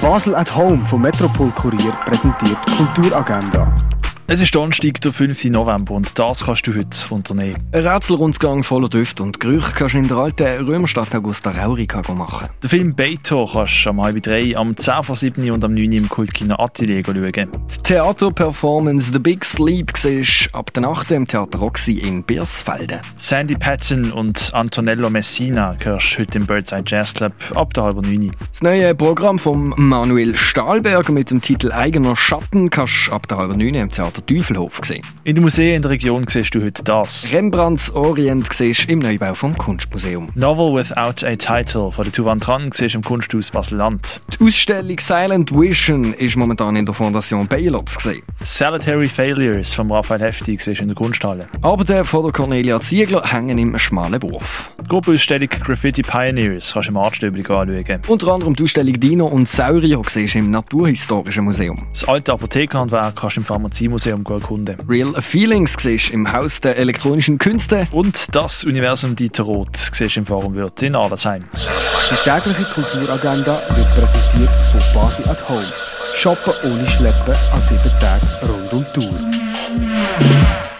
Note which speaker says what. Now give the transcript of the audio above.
Speaker 1: Basel at Home vom Metropol Kurier präsentiert Kulturagenda.
Speaker 2: Es ist Donnerstag, der 5. November und das kannst du heute unternehmen.
Speaker 3: Ein Rätselrundgang voller Düfte und Gerüche kannst du in der alten Römerstadt Augusta Raurica machen.
Speaker 2: Den Film «Beethoven» kannst du am halb drei, am 10 vor 7 und am 9 im Kultkino Atelier schauen.
Speaker 3: Die Theaterperformance «The Big Sleep» siehst du ab der Nacht im Theater Roxy in Biersfelden.
Speaker 2: Sandy Patton und Antonello Messina hörst du heute im Birdside Jazz Club ab der halben 9.
Speaker 3: Das neue Programm von Manuel Stahlberger mit dem Titel «Eigener Schatten» kannst du ab der halben 9 im Theater Teufelhof sehen.
Speaker 2: In den Museen in der Region siehst du heute das.
Speaker 3: Rembrandts Orient siehst du im Neubau vom Kunstmuseum.
Speaker 2: «Novel Without a Title» von der Tuvan Tran siehst du im Kunsthaus Basel-Land.
Speaker 3: Die Ausstellung «Silent Vision» ist momentan in der Fondation Baylor zu sehen.
Speaker 2: «Salutary Failures» von Raphael Hefti siehst du in der Kunsthalle.
Speaker 3: Arbeiten von der Cornelia Ziegler hängen im schmalen Wurf.
Speaker 2: Die Gruppenausstellung «Graffiti Pioneers» kannst du im Artstübli anschauen.
Speaker 3: Unter anderem die Ausstellung «Dino und Saurier» siehst du im Naturhistorischen Museum.
Speaker 2: Das alte Apothekerhandwerk kannst du im Pharmaziemuseum erkunden.
Speaker 3: «Real Feelings» siehst du im Haus der elektronischen Künste.
Speaker 2: Und «Das Universum Dieter Roth» siehst du im Forum Wirth in Adelsheim.
Speaker 1: Die tägliche Kulturagenda wird präsentiert von Basel at Home. Shoppen ohne Schleppen an sieben Tagen rund um die Tour.